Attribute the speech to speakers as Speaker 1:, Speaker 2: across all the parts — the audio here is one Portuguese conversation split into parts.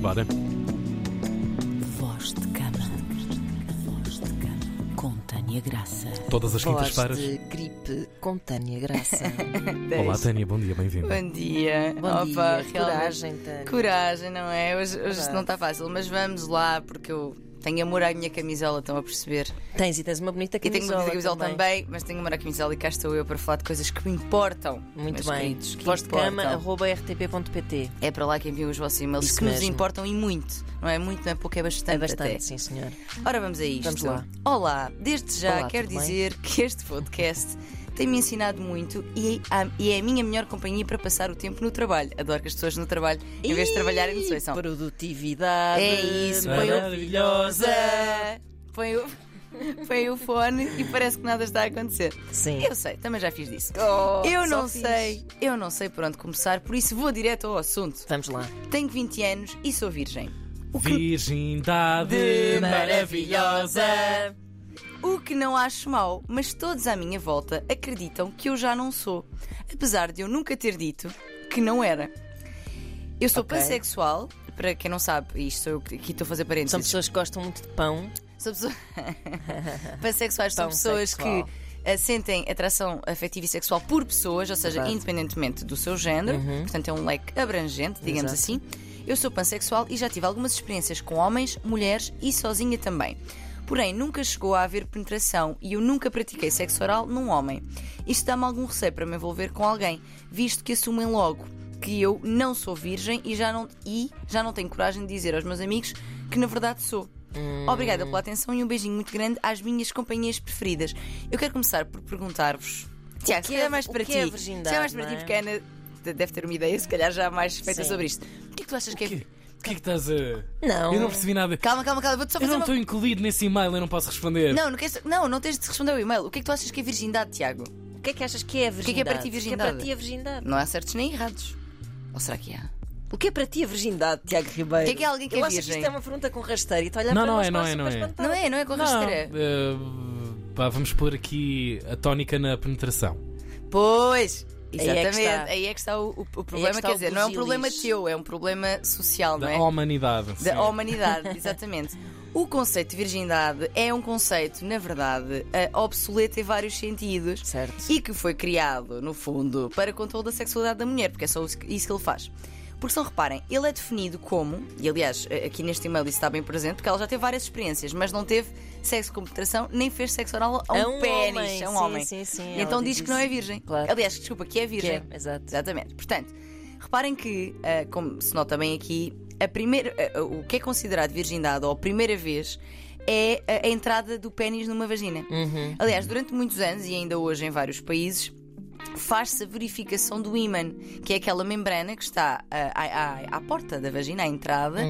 Speaker 1: Vá, né?
Speaker 2: Voz de cama. Voz de cama. Com Tânia Graça.
Speaker 1: Todas as
Speaker 3: Voz
Speaker 1: quintas-feiras.
Speaker 3: de gripe com Tânia Graça.
Speaker 1: Olá,
Speaker 4: Deixa.
Speaker 1: Tânia, bom dia, bem-vinda.
Speaker 4: Bom dia.
Speaker 3: Bom
Speaker 4: Opa,
Speaker 3: dia,
Speaker 4: realmente.
Speaker 3: coragem, Tânia.
Speaker 4: Coragem, não é? Hoje, hoje
Speaker 3: Verdade.
Speaker 4: não está fácil, mas vamos lá, porque eu tenho amor à minha camisola, estão a perceber?
Speaker 3: Tens e tens uma bonita
Speaker 4: E tenho
Speaker 3: camisola
Speaker 4: uma bonita camisola também.
Speaker 3: também.
Speaker 4: mas tenho amor à camisola e cá estou eu para falar de coisas que me importam.
Speaker 3: Muito
Speaker 4: meus
Speaker 3: bem.
Speaker 4: queridos, que
Speaker 3: Voz de
Speaker 4: importam.
Speaker 3: cama, arroba rtp.pt.
Speaker 4: É para lá que enviam os vossos e-mails
Speaker 3: Isso
Speaker 4: que nos
Speaker 3: mesmo.
Speaker 4: importam e muito, não é? Muito, não é pouco, é bastante.
Speaker 3: É bastante,
Speaker 4: até.
Speaker 3: sim, senhor.
Speaker 4: Ora, vamos a isto.
Speaker 3: Vamos lá.
Speaker 4: Olá, desde já
Speaker 3: Olá,
Speaker 4: quero
Speaker 3: tudo bem?
Speaker 4: dizer que este podcast tem-me ensinado muito e é, a- e é a minha melhor companhia para passar o tempo no trabalho. Adoro que as pessoas no trabalho, em vez de trabalharem, não sei, são.
Speaker 3: Produtividade.
Speaker 4: É isso, põe o-
Speaker 3: maravilhosa.
Speaker 4: Põe o, põe o fone e parece que nada está a acontecer.
Speaker 3: Sim.
Speaker 4: Eu sei, também já fiz disso.
Speaker 3: Oh,
Speaker 4: eu
Speaker 3: só
Speaker 4: não
Speaker 3: fiz.
Speaker 4: sei, eu não sei por onde começar, por isso vou direto ao assunto.
Speaker 3: Vamos lá.
Speaker 4: Tenho 20 anos e sou virgem.
Speaker 1: Virgindade
Speaker 3: maravilhosa.
Speaker 4: O que não acho mau, mas todos à minha volta acreditam que eu já não sou, apesar de eu nunca ter dito que não era. Eu sou
Speaker 3: Ok.
Speaker 4: pansexual, para quem não sabe, isto sou eu que aqui estou a fazer parênteses.
Speaker 3: São pessoas que gostam muito de pão.
Speaker 4: São pessoas... Pansexuais são
Speaker 3: Pão
Speaker 4: pessoas
Speaker 3: sexual.
Speaker 4: que ah, sentem atração afetiva e sexual por pessoas, ou seja,
Speaker 3: Verdade. Uhum.
Speaker 4: independentemente do seu género. Portanto, é um leque abrangente, digamos
Speaker 3: Exato.
Speaker 4: assim. Eu sou pansexual e já tive algumas experiências com homens, mulheres e sozinha também. Porém, nunca chegou a haver penetração e eu nunca pratiquei sexo oral num homem. Isto dá-me algum receio para me envolver com alguém, visto que assumem logo que eu não sou virgem e já não, e já não tenho coragem de dizer aos meus amigos que na verdade sou. Obrigada pela atenção e um beijinho muito grande às minhas companhias preferidas. Eu quero começar por perguntar-vos. Tiago, se
Speaker 3: que é-
Speaker 4: calhar mais
Speaker 3: o
Speaker 4: para
Speaker 3: que
Speaker 4: ti.
Speaker 3: é
Speaker 4: Se
Speaker 3: virgindade,
Speaker 4: calhar mais para
Speaker 3: não
Speaker 4: ti,
Speaker 3: é?
Speaker 4: porque a Ana de- deve ter uma ideia, se calhar já mais feita
Speaker 3: Sim.
Speaker 4: sobre isto. O que é que tu achas que
Speaker 1: O
Speaker 4: é.
Speaker 1: que, o que é que estás a.
Speaker 3: Não.
Speaker 1: Eu não percebi nada.
Speaker 4: Calma, calma, calma, vou-te só
Speaker 1: Eu
Speaker 4: fazer
Speaker 1: não
Speaker 4: uma.
Speaker 1: estou incluído nesse e-mail, eu não posso responder.
Speaker 4: Não, não, queres... não, não tens de responder o e-mail. O que é que tu achas que é virgindade, Tiago?
Speaker 3: O que é que achas que é a
Speaker 4: que é para
Speaker 3: virgindade?
Speaker 4: ti
Speaker 3: O que é para
Speaker 4: virgindade?
Speaker 3: ti a virgindade?
Speaker 4: Não há certos nem errados. Ou será que há?
Speaker 3: O que é para ti a virgindade, Tiago Ribeiro?
Speaker 4: O que é que é alguém que
Speaker 3: Eu
Speaker 4: é
Speaker 3: acho que
Speaker 4: virgem?
Speaker 3: isto é uma pergunta com rasteira e tu olhar
Speaker 1: Não,
Speaker 3: para
Speaker 1: não
Speaker 3: nós
Speaker 1: é, não
Speaker 3: quase
Speaker 1: é, não
Speaker 3: para
Speaker 1: é.
Speaker 3: espantar.
Speaker 4: Não é, não é com a
Speaker 1: Não,
Speaker 4: rasteira?
Speaker 1: eh, pá, vamos pôr aqui a tónica na penetração.
Speaker 4: Pois!
Speaker 3: Aí é que
Speaker 4: Exatamente, aí é que
Speaker 3: está.
Speaker 4: está, o, o- o problema,
Speaker 3: está
Speaker 4: quer
Speaker 3: o
Speaker 4: dizer, não é um
Speaker 3: busilis.
Speaker 4: problema teu, é um problema social, não
Speaker 1: Da
Speaker 4: é?
Speaker 1: humanidade. sim.
Speaker 4: Da humanidade, exatamente. O conceito de virgindade é um conceito, na verdade, eh, obsoleto em vários sentidos
Speaker 3: Certo.
Speaker 4: e que foi criado, no fundo, para controle da sexualidade da mulher, porque é só isso que isso que ele faz. Porque se não reparem, ele é definido como, e aliás, eh, aqui neste e-mail isso está bem presente, porque ela já teve várias experiências, mas não teve sexo com penetração, nem fez sexo oral a um,
Speaker 3: A um
Speaker 4: pênis,
Speaker 3: homem,
Speaker 4: a um
Speaker 3: sim,
Speaker 4: homem.
Speaker 3: sim, sim,
Speaker 4: E então
Speaker 3: ela
Speaker 4: diz
Speaker 3: diz
Speaker 4: que não é
Speaker 3: isso.
Speaker 4: virgem.
Speaker 3: Claro.
Speaker 4: Aliás, desculpa, que é virgem.
Speaker 3: Que é, exato.
Speaker 4: Exatamente. Portanto, reparem que, ah, como se nota bem aqui, a primeira, ah, o que é considerado virgindade ou a primeira vez é a, a entrada do pênis numa vagina. Aliás, durante muitos anos e ainda hoje em vários países. Faz-se a verificação do ímã, que é aquela membrana que está ah, à, à- à porta da vagina, à entrada,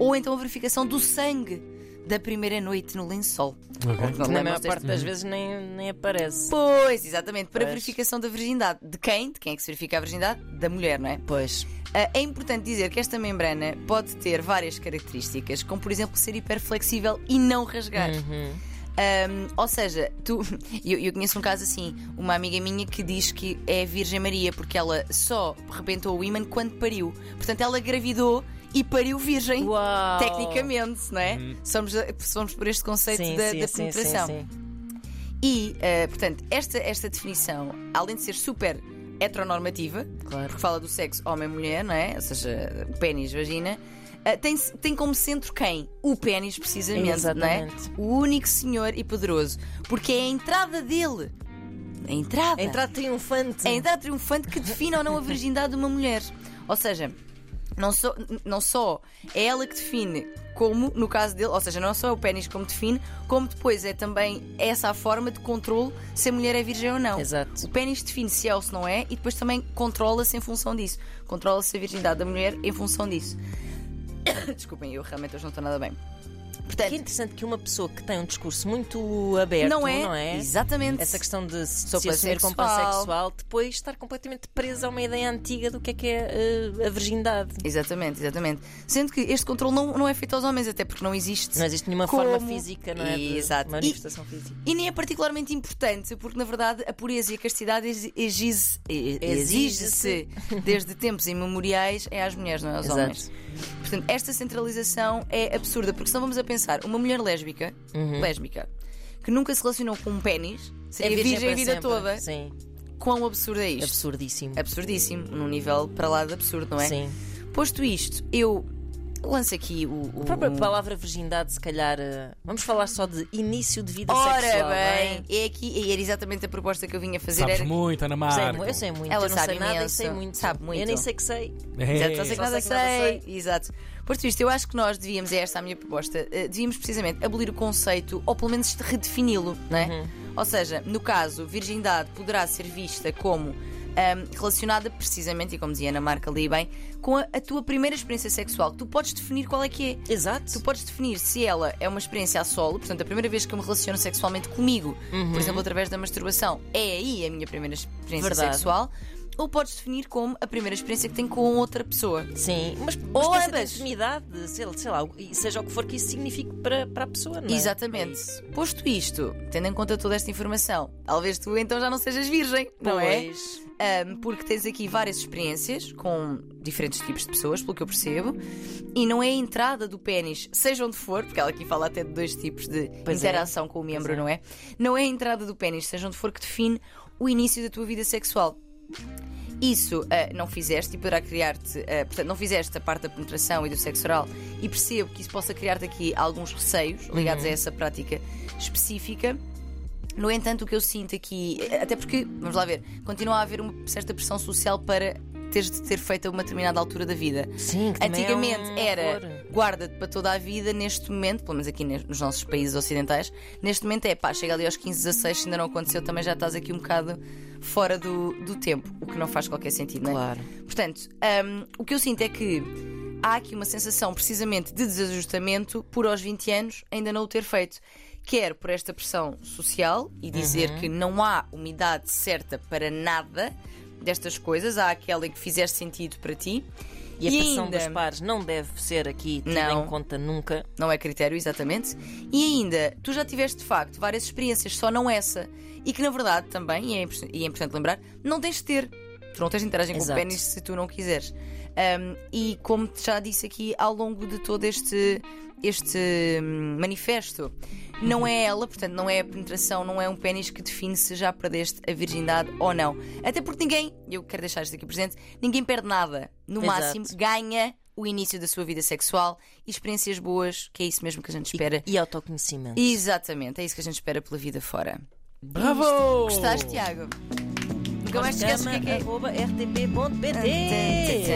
Speaker 4: ou então a verificação do sangue da primeira noite no lençol. Porque não Uhum.
Speaker 3: Que na maior
Speaker 4: lembram-se deste-
Speaker 3: é parte das vezes nem, nem aparece.
Speaker 4: Pois, exatamente, para
Speaker 3: Pois.
Speaker 4: verificação da virgindade. De quem? De quem é que se verifica a virgindade? Da mulher, não é?
Speaker 3: Pois.
Speaker 4: Ah, É importante dizer que esta membrana pode ter várias características, como por exemplo ser hiperflexível e não rasgar.
Speaker 3: Uhum.
Speaker 4: Ahm, ou seja, tu, eu, eu conheço um caso assim, uma amiga minha que diz que é Virgem Maria porque ela só rebentou o ímã quando pariu. Portanto, ela gravidou e pariu virgem.
Speaker 3: Uau! Uhum.
Speaker 4: Tecnicamente, não é? Somos, somos por este conceito
Speaker 3: Sim,
Speaker 4: da,
Speaker 3: sim,
Speaker 4: da
Speaker 3: sim,
Speaker 4: penetração.
Speaker 3: sim, sim.
Speaker 4: E, eh, portanto, esta, esta definição, além de ser super heteronormativa,
Speaker 3: Claro.
Speaker 4: porque fala do sexo homem-mulher, não é? Ou seja, pênis, vagina, eh, tem, tem como centro quem? O pênis, precisamente,
Speaker 3: Exatamente.
Speaker 4: não é? O único senhor e poderoso. Porque é a entrada dele. A entrada.
Speaker 3: A entrada triunfante.
Speaker 4: É a entrada triunfante que define ou não a virgindade de uma mulher. Ou seja, não só, não só é ela que define como, no caso dele, ou seja, não só é o pênis como define, como depois é também essa a forma de controle se a mulher é virgem ou não.
Speaker 3: Exato.
Speaker 4: O pênis define se é ou se não é e depois também controla-se em função disso. Controla-se a virgindade da mulher em função disso. Desculpem, eu realmente hoje não estou nada bem. Portanto,
Speaker 3: Que interessante que uma pessoa que tem um discurso muito aberto,
Speaker 4: não é?
Speaker 3: não é?
Speaker 4: Exatamente.
Speaker 3: Essa questão de se
Speaker 4: Sou
Speaker 3: se assumir como
Speaker 4: pansexual.
Speaker 3: pansexual, depois estar completamente presa a uma ideia antiga do que é que é eh, a virgindade.
Speaker 4: Exatamente, exatamente. Sendo que este controle não, não é feito aos homens, até porque não existe.
Speaker 3: Não existe nenhuma
Speaker 4: Como?
Speaker 3: forma física, não é? De-
Speaker 4: Exato.
Speaker 3: Uma
Speaker 4: E-
Speaker 3: manifestação física.
Speaker 4: E nem é particularmente importante, porque na verdade a pureza e a castidade exi- exige- e- exige-se
Speaker 3: Exige-se.
Speaker 4: desde tempos imemoriais é às mulheres, não é aos
Speaker 3: Exato.
Speaker 4: homens. Portanto, esta centralização é absurda, porque senão vamos a pensar, uma mulher lésbica,
Speaker 3: Uhum.
Speaker 4: lésbica, que nunca se relacionou com um pênis, seria virgem, a
Speaker 3: É para
Speaker 4: vida
Speaker 3: sempre.
Speaker 4: toda.
Speaker 3: Sim,
Speaker 4: Quão absurdo é isto?
Speaker 3: absurdíssimo.
Speaker 4: Absurdíssimo, num nível para lá de absurdo, não é?
Speaker 3: Sim.
Speaker 4: Posto isto, eu lanço aqui o. o-
Speaker 3: A própria
Speaker 4: o-
Speaker 3: palavra virgindade, se calhar. eh, Vamos falar só de início de vida
Speaker 4: Ora
Speaker 3: sexual.
Speaker 4: bem,
Speaker 3: não
Speaker 4: é aqui, e era exatamente a proposta que eu vinha fazer.
Speaker 1: Sabes
Speaker 4: era-
Speaker 1: muito, Ana
Speaker 3: é? Sei
Speaker 1: Marco.
Speaker 3: mu- eu sei muito.
Speaker 4: Ela
Speaker 3: eu não
Speaker 4: sabe
Speaker 3: sei nada e
Speaker 4: imenso.
Speaker 3: sei muito.
Speaker 4: Sabe muito.
Speaker 3: Eu nem sei que sei.
Speaker 1: É.
Speaker 4: Exato, só sei que
Speaker 3: Só
Speaker 4: nada
Speaker 3: sei que nada
Speaker 4: sei. Exato. Posto isto, eu acho que nós devíamos, é esta a minha proposta, eh, devíamos precisamente abolir o conceito ou pelo menos redefini-lo, não é? Ou seja, no caso, virgindade poderá ser vista como ahm, relacionada precisamente, e como dizia a Ana Marca ali bem, com a, a tua primeira experiência sexual. Tu podes definir qual é que é. Tu
Speaker 3: Exato.
Speaker 4: podes definir se ela é uma experiência a solo, portanto, a primeira vez que eu me relaciono sexualmente comigo,
Speaker 3: Uhum.
Speaker 4: por exemplo, através da masturbação, é aí a minha primeira experiência
Speaker 3: Verdade.
Speaker 4: sexual, ou podes definir como a primeira experiência que tenho com outra pessoa.
Speaker 3: Sim, mas, mas
Speaker 4: Ou
Speaker 3: pensa de
Speaker 4: ambas.
Speaker 3: intimidade, sei, lá- sei lá, e seja o que for que isso signifique para, para a pessoa, não é? É
Speaker 4: Exatamente.
Speaker 3: isso.
Speaker 4: Posto isto, tendo em conta toda esta informação, talvez tu então já não sejas virgem, não é?
Speaker 3: Pois.
Speaker 4: Ahm, porque tens aqui várias experiências com diferentes tipos de pessoas, pelo que eu percebo, e não é a entrada do pênis, seja onde for, porque ela aqui fala até de dois tipos de
Speaker 3: Pois é.
Speaker 4: interação com o membro,
Speaker 3: é.
Speaker 4: não é? Não é a entrada do pênis, seja onde for, que define o início da tua vida sexual. Isso ah, não fizeste e poderá criar-te, ah, portanto, não fizeste a parte da penetração e do sexo oral e percebo que isso possa criar-te aqui alguns receios ligados
Speaker 3: Uhum.
Speaker 4: a essa prática específica. No entanto, o que eu sinto aqui, até porque, vamos lá ver, continua a haver uma certa pressão social para teres de ter feito a uma determinada altura da vida.
Speaker 3: Sim, que também é
Speaker 4: Antigamente
Speaker 3: um
Speaker 4: era
Speaker 3: horror.
Speaker 4: guarda-te para toda a vida, neste momento, pelo menos aqui ne- nos nossos países ocidentais, neste momento é pá, chega ali aos 15, 16, se ainda não aconteceu, também já estás aqui um bocado fora do, do tempo, o que não faz qualquer sentido, não é?
Speaker 3: Claro.
Speaker 4: Portanto, hum, o que eu sinto é que há aqui uma sensação precisamente de desajustamento por aos 20 anos ainda não o ter feito. Quer por esta pressão social e dizer
Speaker 3: Uhum.
Speaker 4: que não há uma idade certa para nada destas coisas, há aquela em que fizer sentido para ti.
Speaker 3: E a pressão
Speaker 4: ainda,
Speaker 3: dos pares não deve ser aqui tida
Speaker 4: Não.
Speaker 3: em conta nunca.
Speaker 4: não é critério, exatamente. E ainda, tu já tiveste de facto várias experiências, só não essa. E que na verdade também, e é, impor- e é importante lembrar, não tens de ter. Tu não tens de interagir com o
Speaker 3: Exato.
Speaker 4: pênis se tu não quiseres. Ahm, e como te já disse aqui ao longo de todo este, este hum, manifesto, não é ela, portanto, não é a penetração, não é um pênis que define se já perdeste a virgindade ou não. Até porque ninguém, e eu quero deixar isto aqui presente, ninguém perde nada. No
Speaker 3: Exato.
Speaker 4: máximo, ganha o início da sua vida sexual e experiências boas, que é isso mesmo que a gente espera.
Speaker 3: E autoconhecimento.
Speaker 4: Exatamente, é isso que a gente espera pela vida fora.
Speaker 1: Bravo!
Speaker 4: Oh. Gostaste, Tiago? Nunca mais te esqueces o é que é que é.
Speaker 3: Cama, arroba, rtp.pt.